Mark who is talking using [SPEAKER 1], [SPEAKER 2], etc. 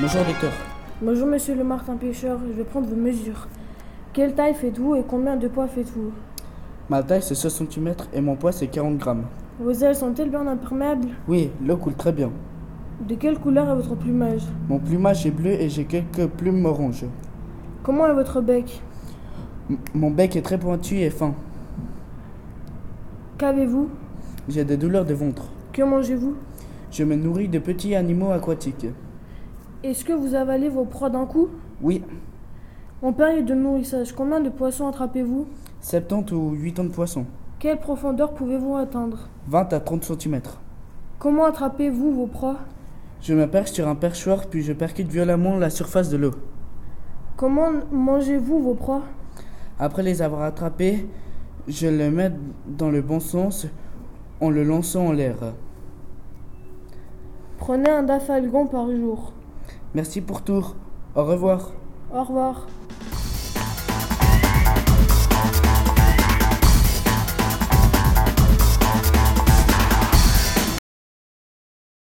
[SPEAKER 1] Bonjour docteur.
[SPEAKER 2] Bonjour monsieur le Martin Pêcheur, je vais prendre vos mesures. Quelle taille faites-vous et combien de poids faites-vous
[SPEAKER 1] Ma taille c'est 6 cm et mon poids c'est 40 grammes.
[SPEAKER 2] Vos ailes sont-elles bien imperméables
[SPEAKER 1] Oui, l'eau coule très bien.
[SPEAKER 2] De quelle couleur est votre plumage
[SPEAKER 1] Mon plumage est bleu et j'ai quelques plumes orange.
[SPEAKER 2] Comment est votre bec
[SPEAKER 1] M- mon bec est très pointu et fin.
[SPEAKER 2] Qu'avez-vous
[SPEAKER 1] J'ai des douleurs de ventre.
[SPEAKER 2] Que mangez-vous
[SPEAKER 1] Je me nourris de petits animaux aquatiques.
[SPEAKER 2] Est-ce que vous avalez vos proies d'un coup
[SPEAKER 1] Oui,
[SPEAKER 2] En période de nourrissage, combien de poissons attrapez-vous
[SPEAKER 1] 70 ou 80 de poissons.
[SPEAKER 2] Quelle profondeur pouvez-vous atteindre
[SPEAKER 1] 20 à 30 cm.
[SPEAKER 2] Comment attrapez-vous vos proies
[SPEAKER 1] Je me perche sur un perchoir puis je percute violemment la surface de l'eau.
[SPEAKER 2] Comment mangez-vous vos proies
[SPEAKER 1] Après les avoir attrapés, je les mets dans le bon sens en le lançant en l'air.
[SPEAKER 2] Prenez un dafalgon par jour.
[SPEAKER 1] Merci pour tout. Au revoir.
[SPEAKER 2] Au revoir.